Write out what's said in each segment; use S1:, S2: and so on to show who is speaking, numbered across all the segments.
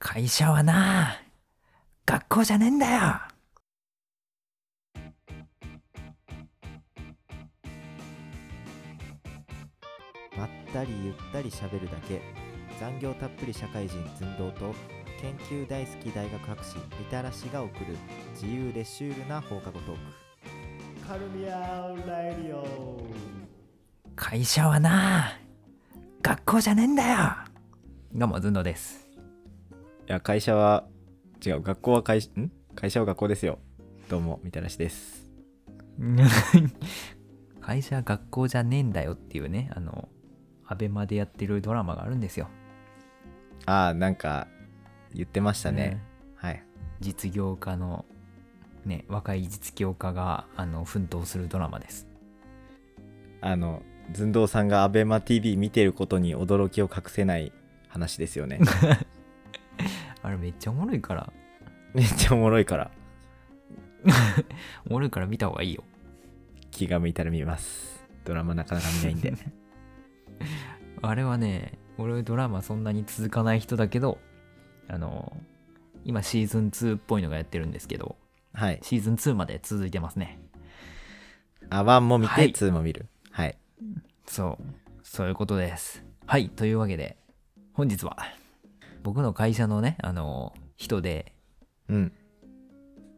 S1: 会社はな学校じゃねえんだよ
S2: まったりゆったり喋るだけ残業たっぷり社会人寸胴と研究大好き大学博士みたらしが送る自由でシュールな放課後トーク
S3: カルミアラディオ
S1: 会社はな学校じゃねえんだよどうもずんどうです
S2: いや会社は違う学校は会ん会社は学校ですよどうもみたらしです
S1: 会社は学校じゃねえんだよっていうねあのアベマでやってるドラマがあるんですよ
S2: ああなんか言ってましたね、はい
S1: 実業家のね若い実業家があの奮闘するドラマです
S2: あの寸胴さんがアベマ t v 見てることに驚きを隠せない話です よね
S1: あれめっちゃおもろいから
S2: めっちゃおもろいから
S1: おもろいから見た方がいいよ
S2: 気が向いたら見ますドラマなかなか見ないん で
S1: あれはね俺ドラマそんなに続かない人だけどあの今シーズン2っぽいのがやってるんですけど
S2: はい
S1: シーズン2まで続いてますね
S2: あ1も見て、
S1: はい
S2: 2も見るはい
S1: そうそういうことですはいというわけで本日は僕の会社のねあの人で
S2: うん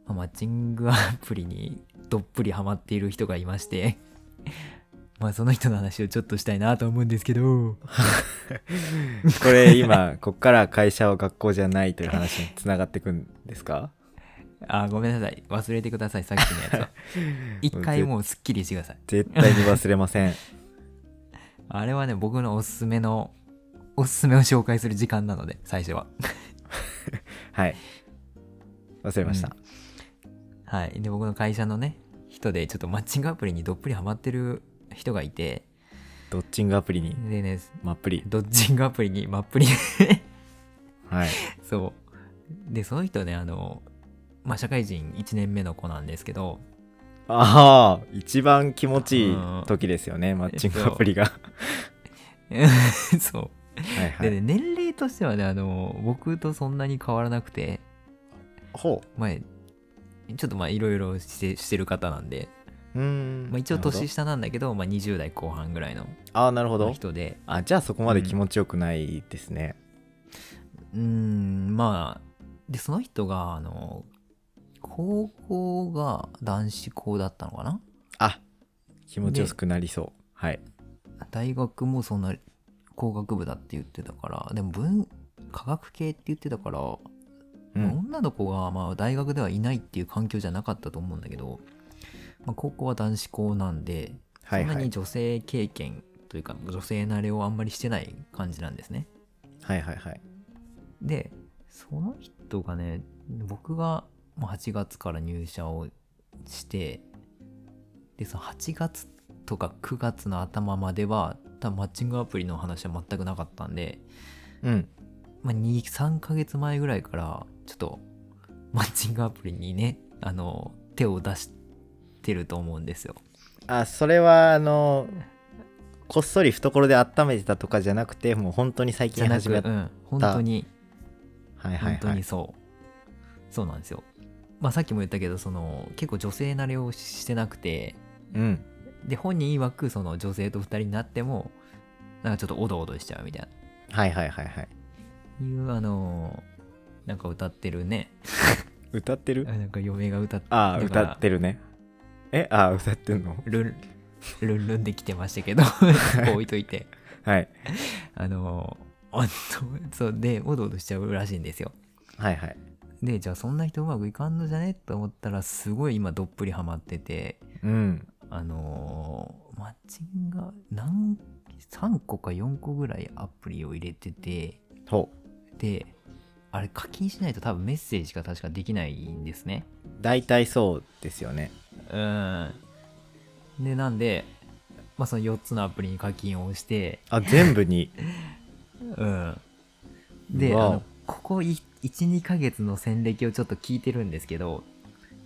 S1: まあマッチングアプリにどっぷりハマっている人がいまして まあその人の話をちょっとしたいなと思うんですけど
S2: これ今こっから会社は学校じゃないという話につながってくんですか
S1: あーごめんなさい忘れてくださいさっきのやつは一回もうすっきりしてください
S2: 絶対に忘れ ません
S1: あれはね僕のおすすめのおすすめを紹介する時間なので最初は
S2: はい忘れました、
S1: はいで僕の会社のね人でちょっとマッチングアプリにどっぷりハマってる人がいて
S2: ドッチングアプリに
S1: でね
S2: マップリ
S1: ドッジングアプリにマップリ
S2: はい
S1: そうでその人ねあのまあ社会人1年目の子なんですけど
S2: ああ一番気持ちいい時ですよねマッチングアプ リが
S1: そ
S2: はいは
S1: うでね、
S2: い
S1: 年齢としてはねあの僕とそんなに変わらなくて
S2: ほ
S1: 前ちょっとまあいろいろしてしてる方なんで、
S2: ううーん
S1: まあ、一応年下
S2: 下
S1: なんだけどまあ、20代後半ぐらいの
S2: ああなるほど
S1: 人で
S2: あじゃあそこまで気持ちよくないですね、
S1: うーんまあでその人があの高校が男子校だったのかな
S2: あ気持ちよくなりそうはい
S1: 大学もそんな工学部だって言ってたからでも文科学系って言ってたから、
S2: うん
S1: 女の子がまあ大学ではいないっていう環境じゃなかったと思うんだけど、まあ、高校は男子校なんで
S2: はい
S1: そん
S2: は
S1: ないに女性経験というか女性慣れをあんまりしてない感じなんですね
S2: はいはいはい
S1: でその人がね僕がまあ8月から入社をしてでその8月とか9月の頭までは多分マッチングアプリの話は全くなかったんで、
S2: うん
S1: まあ、23ヶ月前ぐらいからちょっとマッチングアプリにねあの手を出してると思うんですよ。
S2: あそれはあのこっそり懐で温めてたとかじゃなくてもう本当に最
S1: じ
S2: 近
S1: ゃな
S2: 始
S1: く、う
S2: めた、
S1: ん、本当に
S2: はいはい
S1: 本当
S2: は
S1: に
S2: い
S1: そう、そうなんですよ。まあさっきも言ったけどその結構女性慣れをしてなくて
S2: うん
S1: で本人曰くその女性と2人になってもなんかちょっとおどおどしちゃうみたい
S2: はいはいはいはい
S1: ないうあのーなんか歌ってるね
S2: 歌ってる
S1: あなんか嫁が歌って
S2: ああ
S1: なん
S2: 歌
S1: か
S2: ってるねえああ歌ってんの
S1: ルンルンルンで来てましたけど置いといて
S2: はい
S1: あのーあとそうでおどおどしちゃうらしいんですよ
S2: はいはい
S1: でじゃあそんな人うまくいかんのじゃねと思ったらすごい今どっぷりハマってて
S2: うん
S1: あのーマッチングが何3個か4個ぐらいアプリを入れてて
S2: ほう
S1: であれ課金しないと多分メッセージが確かできないんですね
S2: 大体そうですよね
S1: うんでなんで、まあ、その4つのアプリに課金をして
S2: あ全 部に
S1: うんであ
S2: わお
S1: のここ12ヶ月の戦歴をちょっと聞いてるんですけど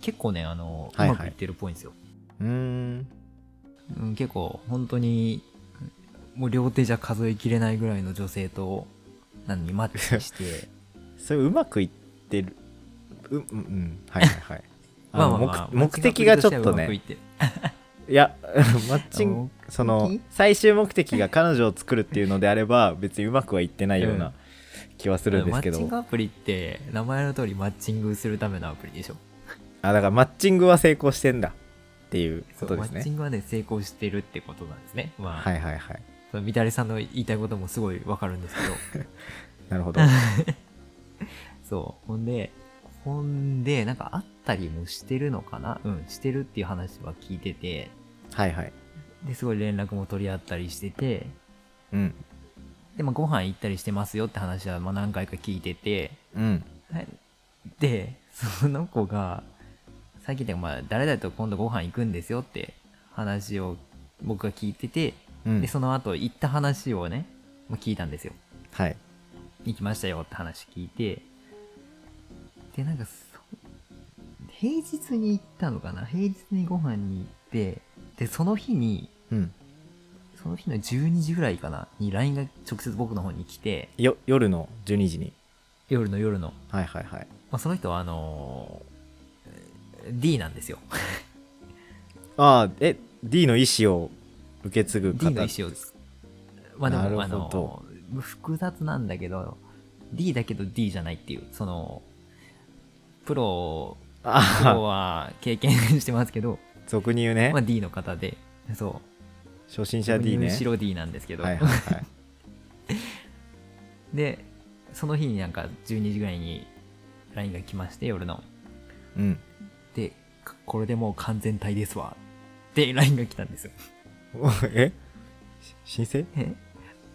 S1: 結構ねあの、
S2: はいはいう
S1: まくいってるっぽいんですよ、
S2: うーん
S1: うん、結構本当に もう両手じゃ数えきれないぐらいの女性と何にマッチして
S2: それうまくいってるううんうんはいはいはい
S1: まあま
S2: の
S1: あまあ
S2: 目目的がちょっと
S1: マッチングアプリしてはうまくい
S2: ね
S1: て
S2: いや マッチング
S1: あ
S2: その最終目的が彼女を作るっていうのであ れば別にうまくはいってないよう
S1: う
S2: なん気はするんで
S1: マ
S2: すけ
S1: ッ
S2: ど、
S1: チングアプリって名前の通りマッチングするためのアプリでしょ
S2: あだからマッチングは成功してんだっていうこ
S1: そう
S2: とで
S1: マ
S2: す
S1: ッ
S2: ね
S1: チングはね成功してるってことなんですねまあ、
S2: はいはいはい
S1: そのみだれさんの言いたいこともすごいわかるんですけど
S2: なるほど
S1: そうほんでほんでなんかあったりもしてるのかなうんしてるっていう話は聞いてて
S2: はいはい
S1: ですごい連絡も取り合ったりしてて
S2: うん
S1: で、まあ、ご飯行ったりしてますよって話はまあ何回か聞いてて
S2: うん
S1: はいでその子が最近でまあ誰々と今度ご飯行くんですよって話を僕が聞いてて、
S2: うん
S1: でその後行った話をね、まあ、聞いたんですよ
S2: はい
S1: 行きましたよって話聞いてでなんかそ平日に行ったのかな平日にご飯に行ってでその日に
S2: うん
S1: その日の12時ぐらいかなに LINE が直接僕の方に来て
S2: よ夜の12時に
S1: 夜の夜の、
S2: はいはいはい
S1: まあ、その人はあのー D なんですよ
S2: ああえ D の意思を受け継ぐ
S1: D
S2: 方
S1: の意思をまあでも
S2: なるほど
S1: あの複雑なんだけど D だけど D じゃないっていうそのプ ロプロ
S2: ああ
S1: は経験してますけど、
S2: 俗に言うね、
S1: まあ、D の方でそ
S2: 初心
S1: う
S2: 者 D ね
S1: 後ろ D なんですけど、
S2: はいはいはい
S1: でその日になんか12時ぐらいに LINE が来まして夜の
S2: うん
S1: でこれでもう完全体ですわって LINE が来たんですよ
S2: おえし申請
S1: え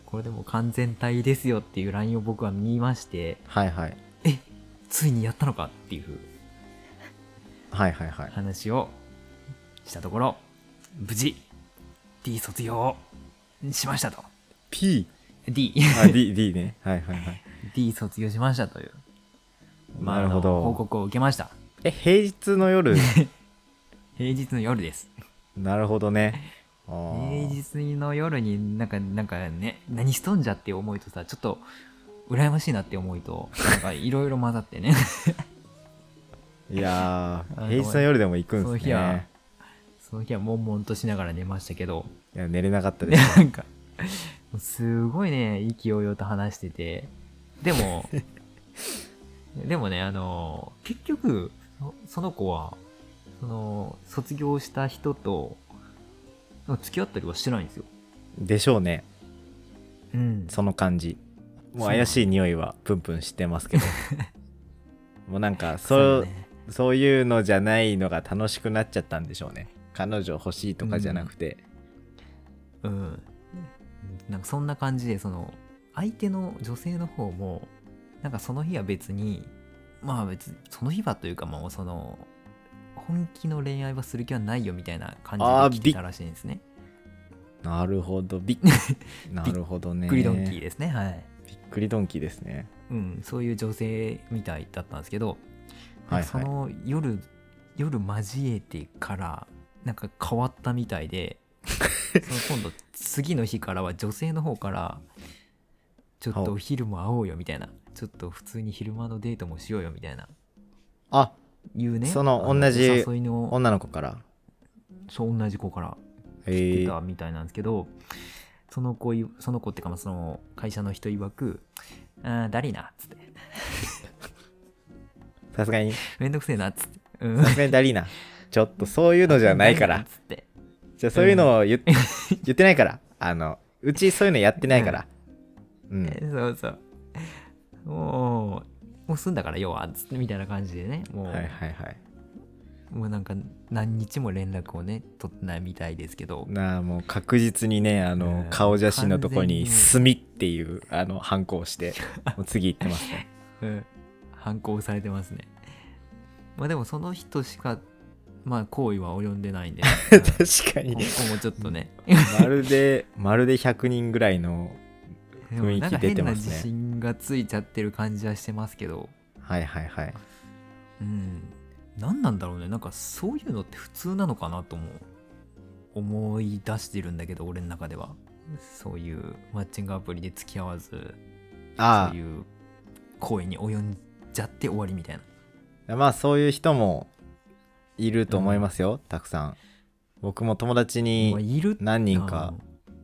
S1: これでもう完全体ですよっていう LINE を僕は見まして
S2: はいはい
S1: えついにやったのかっていう
S2: はいはいはい
S1: 話をしたところ無事 D 卒業しましたと
S2: P
S1: D
S2: あ D, D ねはいはいはい
S1: D 卒業しましたという、 まあ
S2: なるほ
S1: あの報
S2: ど
S1: 告を受けました
S2: え平日 の夜
S1: 平日の夜です
S2: なるほどねあ
S1: 平
S2: ー
S1: 日の夜になんかなんかね何しとんじゃって思いとさちょっと羨ましいなって思いとなんかいろいろ混ざってね
S2: いやー
S1: あの
S2: 平日の夜でも行く
S1: そ
S2: ん
S1: の
S2: です
S1: 日は
S2: ね
S1: その日は悶々としながら寝ましたけど
S2: いや寝れなかった
S1: で
S2: です
S1: なんかもうすごいね意気揚々と話しててでも でもねあの結局そその子はその卒業した人と付き合ったりはしてないんですよ、
S2: でしょうね
S1: うん、
S2: その感じ
S1: そう
S2: もう
S1: なの
S2: 怪しい匂いはプンプンしてま すけどもうなんか
S1: そ
S2: そう
S1: うね
S2: そういうのじゃないのが楽しくなっちゃったんでしょうね彼女欲しいとかじゃなくて、
S1: うん、なんかそんな感じでその相手の女性の方もなんかその日は別にまあ別にその日はというかもうその本気の恋愛はする気はないよみたいな感
S2: あー
S1: じで来てたらしいんですね。
S2: なるほどびっ なるほどね
S1: グリドンキーですね、はい、
S2: びっくりドンキーですね
S1: うん。そういう女性みたいだったんですけど、
S2: はい
S1: そ
S2: はい
S1: の夜夜交えてからなんか変わったみたい でその今度次の日からは女性の方からちょっ
S2: ほ
S1: と
S2: う
S1: お昼も会おうよみたいなちょっと普通に昼間のデートもしようよみたいな
S2: あ
S1: いうね
S2: その
S1: あ
S2: 同じ
S1: お誘いの
S2: 女の子から
S1: そう同じ子から来
S2: へ
S1: て
S2: え
S1: たみたいなんですけど、その子いその子っていうかまあその会社の人曰く「あーだりな」っつって
S2: さすがに
S1: 「めんどくせえな」っつって「うん
S2: さすがにダリーナ ちょっとそういうのじゃないか
S1: だり
S2: ら
S1: っつって
S2: じゃあそういうのを言っ 言ってないからあのうちそういうのやってないからうん
S1: えそうそう。もう、もう済んだから、要は、つってみたいな感じでね、もう、
S2: はいはいはい
S1: もうなんか何日も連絡をね、取ってないみたいですけど、
S2: なあもう確実にねあの
S1: うん
S2: 顔写真のとこ
S1: 完全
S2: に「
S1: に
S2: 墨」っていうあの反抗してもう次行ってますね
S1: うん、反抗されてますね。まあでも、その人しか、まあ、行為は及んでないんで、うん
S2: 確かに
S1: 今後もちょっとね、
S2: まるでまるで100人ぐらいの
S1: でも
S2: 雰囲
S1: なん
S2: 気
S1: か
S2: 出
S1: 変
S2: て
S1: な
S2: ますね
S1: 自信がついちゃってる感じはしてますけど、
S2: はいはいはい
S1: うん、何なんだろうね、なんかそういうのって普通なのかなとも思い出してるんだけど、俺の中では。そういうマッチングアプリで付き合わず、そ
S2: あ
S1: ういう行為に及んじゃって終わりみたいな
S2: まあそういう人もいると思いますよ、たくさん僕も友達
S1: まあ
S2: に
S1: いる
S2: 何人
S1: あ
S2: か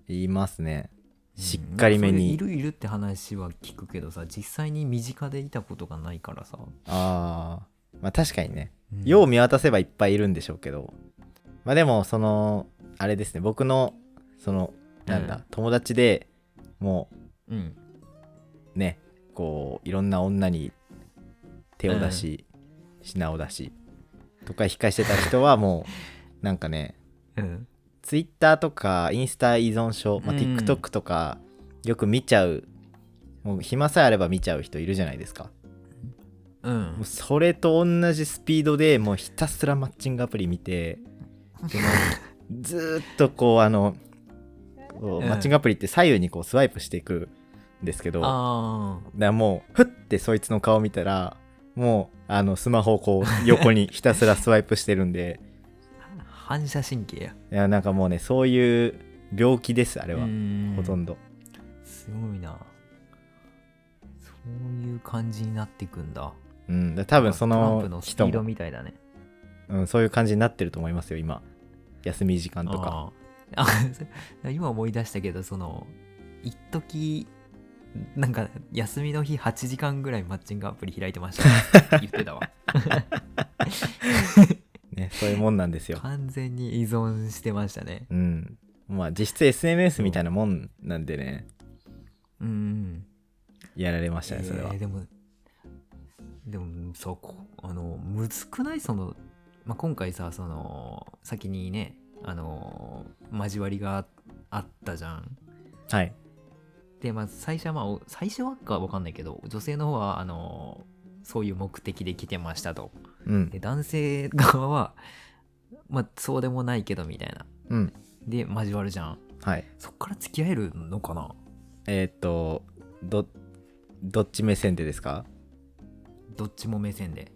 S1: ー
S2: いますね
S1: うん
S2: しっかりめに
S1: なんかそれいるいるって話は聞くけどさ実際に身近でいたことがないからさ、
S2: ああまあ確かにね
S1: うん
S2: よう見渡せばいっぱいいるんでしょうけどまあでもそのあれですね僕のそのなんだ、
S1: うん
S2: 友達でも
S1: うん
S2: うねこういろんな女に手を出し、品を出しとか控えしてた人はもう なんかね
S1: うん
S2: ツイッターとかインスタ依存症、ま
S1: う
S2: あ、
S1: ん
S2: TikTok とかよく見ちゃう、もう暇さえあれば見ちゃう人いるじゃないですか
S1: う
S2: もうんそれと同じスピードでもうひたすらマッチングアプリ見てで もずーっとこうあのこう
S1: うん
S2: マッチングアプリって左右にこうスワイプしていくんですけど、だか
S1: あ
S2: らもうふってそいつの顔見たらもうあのスマホをこう 横にひたすらスワイプしてるんで
S1: あ反射神経や
S2: いやなんかもうねそういう病気ですあれは、ほと
S1: ど
S2: んど。
S1: すごいなそういう感じになっていくんだ
S2: うん、だ多分そ
S1: トランプの
S2: の
S1: スピ
S2: 人
S1: ード
S2: も、
S1: みたいだね
S2: うん、そういう感じになってると思いますよ今休み時間とか
S1: あーあ 今思い出したけどその一時なんか休みの日8時間ぐらいマッチングアプリ開いてましたって言 ってたわ
S2: ねそういうもんなんですよ、
S1: 完全に依存してましたね
S2: うん、まあ実質 SNS みたいなもんなんでね
S1: うんうん
S2: やられましたねそれは、
S1: えーでもでもそうこあのむずくないその、まあ、今回さその先にねあの交わりがあったじゃん
S2: はい
S1: でまあ最初はまあお最初はかわかんないけど女性の方はあのそういう目的で来てましたと
S2: うん
S1: で男性側はまあそうでもないけどみたいな
S2: うん
S1: で交わるじゃん
S2: はい
S1: そっから付き合えるのかな
S2: えーっとどどっち目線でですか
S1: どっちも目線で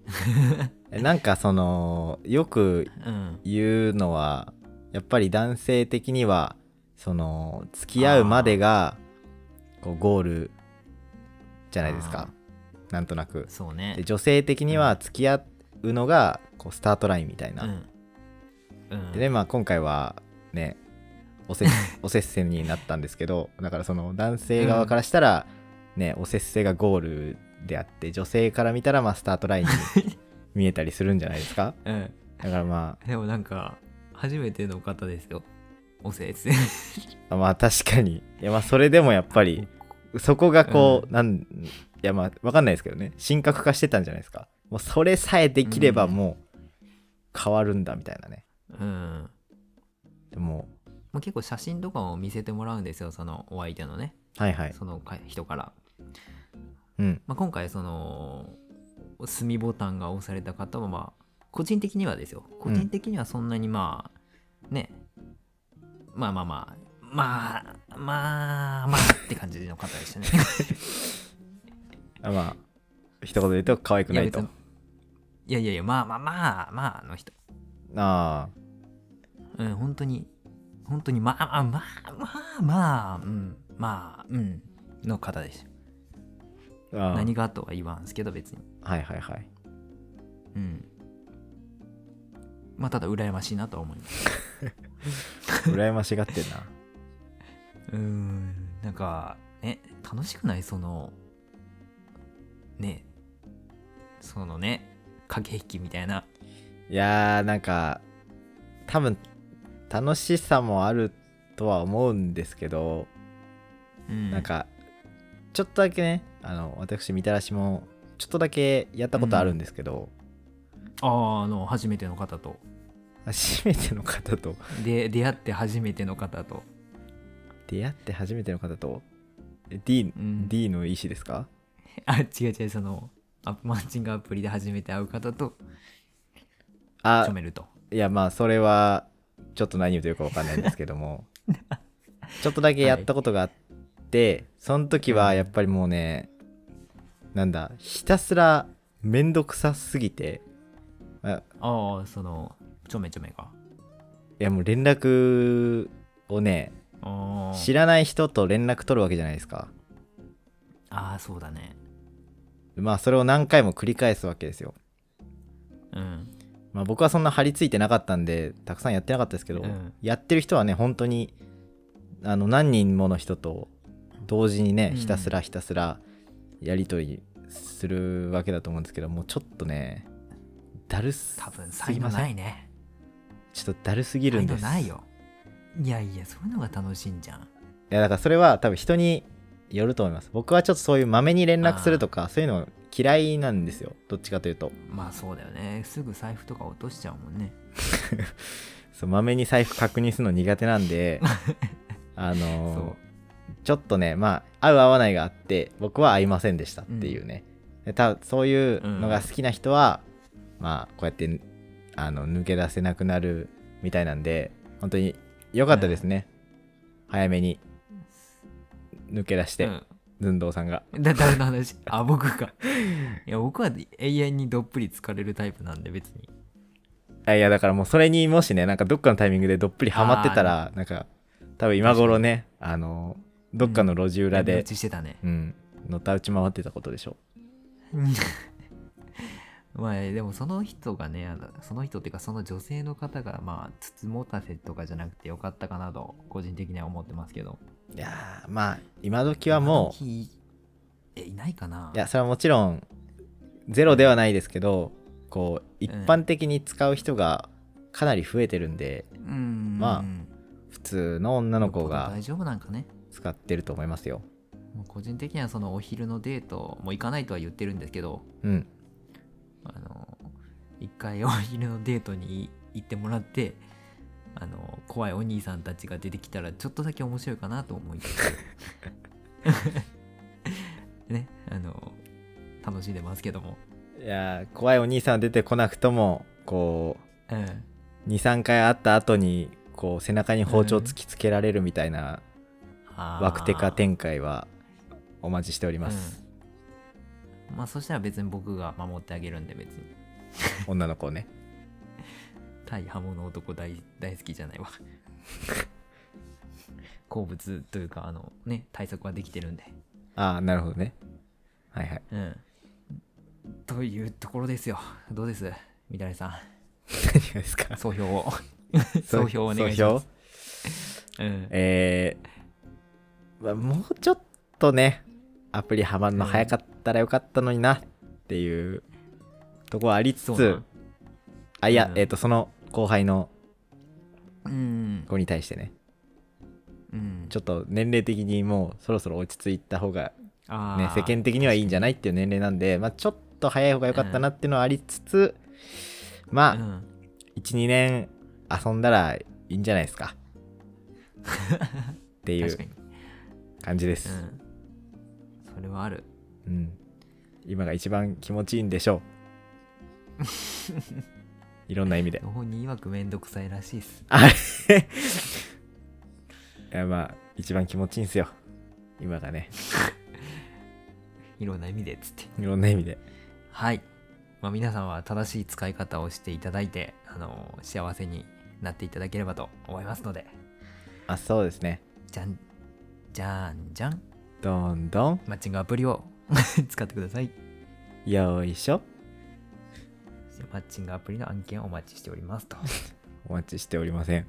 S2: えなんかそのよく
S1: うん
S2: 言うのはやっぱり男性的にはその付き合うまでがこうゴールじゃないですかなんとなく
S1: そうね
S2: で女性的には付き合うのがこうスタートラインみたいな、
S1: うんうん
S2: でねまあ今回はねおせおせっ せになったんですけどだからその男性側からしたらね、おせっせがゴールであって女性から見たらまあスタートラインに見えたりするんじゃないですか
S1: うん、
S2: だからま
S1: でもなんか初めての方ですよおせつ
S2: あまあ確かにいやまあそれでもやっぱりそこがこう、
S1: う
S2: なんいやまあわかんないですけどね神格化してたんじゃないですかもうそれさえできれば
S1: うん
S2: もう変わるんだみたいなね、
S1: うん
S2: でも
S1: もう結構写真とかを見せてもらうんですよそのお相手のね、
S2: はいはい
S1: そのか人から、
S2: うん
S1: まあ、今回その墨ボタンが押された方はまあ個人的にはですよ個人的にはそんなにまあ、ねまあまあまあまあまあまあって感じの方でしたね
S2: あまあ一言で言うと可愛くないと
S1: いや別にいやいやいやまあまあまあまあの人
S2: あ
S1: うん、本当に、本当に、まあ、まあ、まあ、まあ、うん、まあ、うん、の方でした。
S2: ーあー
S1: 何がとは言わんすけど、別に。
S2: はいはいはい
S1: うん。まあ、ただ、羨ましいなとは思います。
S2: 羨ましがってんな
S1: うーん、なんか、ね、楽しくないその、ね、そのね、駆け引きみたいな。
S2: いやーなんか多分楽しさもあるとは思うんですけど、
S1: うん、
S2: なん、かちょっとだけねあの私みたらしもちょっとだけやったことあるんですけど、
S1: ああ、あの、初めての方と、
S2: 初めての方と
S1: で、出会って初めての方と、
S2: 出会って初めての方とえ D,、
S1: うん
S2: D の意思ですか
S1: あ、違う違う、その、アップマッチングアプリで初めて会う方と、
S2: あ
S1: 染めると。
S2: いやまあそれはちょっと何言うとよくわかんないんですけども ちょっとだけやったことがあって、その時はやっぱりもうねなんだひたすらめんどくさすぎてあ
S1: ああ、その、ちょめちょめが。
S2: いやもう連絡をね
S1: あ
S2: 知らない人と連絡取るわけじゃないですか
S1: あー、そうだね。
S2: まあそれを何回も繰り返すわけですよ。
S1: うん
S2: まあ僕はそんな張り付いてなかったんでたくさんやってなかったですけど、
S1: うん
S2: やってる人はね本当にあの何人もの人と同時にね
S1: うん
S2: ひたすらひたすらやり取りするわけだと思うんですけどもうちょっとねだるす
S1: 多分
S2: す
S1: 才
S2: ぎま
S1: 能
S2: せん
S1: ないね
S2: ちょっとだるすぎるんです
S1: 才能ないよいやいやそういうのが楽しいんじゃん
S2: いやだからそれは多分人によると思います僕はちょっとそういうまめに連絡するとかそういうの嫌いなんですよどっちかというと
S1: まあそうだよねすぐ財布とか落としちゃうもんね
S2: そうまめに財布確認するの苦手なんであの
S1: そ
S2: ちょっとねまあ合う合わないがあって僕は合いませんでしたっていうね、でたそういうのが好きな人は、まあこうやってあの抜け出せなくなるみたいなんで本当に良かったですね、早めに抜け出して、
S1: うん
S2: 寸胴さんが
S1: だ誰の話 あ僕かいや僕は永遠にどっぷり疲れるタイプなんで別に
S2: あいやだからもうそれにもしねなんかどっかのタイミングでどっぷりハマってたらなんか多分今頃ねあのどっかの路地裏
S1: 闇
S2: で
S1: 落、ちしてたね
S2: うんのたうち回ってたことでしょ
S1: まあでもその人がねあのその人っていうかその女性の方がまあつつもたせとかじゃなくてよかったかなと個人的には思ってますけど
S2: いやーまあ今時はもう
S1: 今時えいないかない
S2: やそれはもちろんゼロではないですけどこう一般的に使う人がかなり増えてるんで、
S1: うん
S2: ま普通の女
S1: あ
S2: の子が
S1: 大丈夫なんかね
S2: 使ってると思いますよ
S1: もう個人的にはそのお昼のデートもう行かないとは言ってるんですけど
S2: うん
S1: あの一回お昼のデートに行ってもらってあの怖いお兄さんたちが出てきたらちょっとだけ面白いかなと思いつ つねあの楽しんでますけども、
S2: いやー怖いお兄さんは出てこなくともこう
S1: うん、
S2: 23回会った後にこう背中に包丁突きつけられるみたいな枠テカ
S1: ン
S2: 展開はお待ちしております、
S1: まあそしたら別に僕が守ってあげるんで別に
S2: 女の子をね
S1: 対刃物男大大好きじゃないわ 好物というかあのね対策はできてるんで
S2: ああなるほどねはいはい
S1: うん。というところですよ。どうですみたれさ
S2: 何がですか
S1: ん、総評 を。総評をお願いし
S2: 総
S1: ま
S2: 評
S1: す。うん。
S2: えーまあ、もうちょっとねアプリハマるの早かったらよかったのになっていうとこはありつ
S1: そう
S2: つ
S1: な
S2: あいや、
S1: うん
S2: えっ、とその後輩の
S1: うん。
S2: 子に対してね
S1: うん。
S2: ちょっと年齢的にもうそろそろ落ち着いた方が
S1: あ
S2: ね、
S1: ー
S2: 世間的にはいいんじゃないっていう年齢なんで、まあ、ちょっと早い方が良かったなっていうのはありつつ、まあ、
S1: うん
S2: 12年遊んだらいいんじゃないです かってい
S1: 確
S2: う
S1: かに。
S2: 感じです
S1: う、ん。それはある。
S2: うん今が一番気持ちいいんでしょ ういろんな意味で
S1: ご本人曰くめんどくさいらしいっす。
S2: あれいやまあ一番気持ちいいんすよ今がね
S1: いろんな意味でっつって。
S2: いろんな意味で
S1: はい。まあ皆さんは正しい使い方をしていただいて、あの幸せになっていただければと思いますので、
S2: あそうですね
S1: じゃん、じゃんじゃん、
S2: どんどん
S1: マッチングアプリを 使ってください。
S2: よいしょ
S1: マッチングアプリの案件をお待ちしておりますと。
S2: お待ちしておりません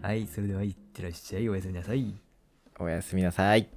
S1: はい、それではいってらっしゃい。おやすみなさい。
S2: おやすみなさい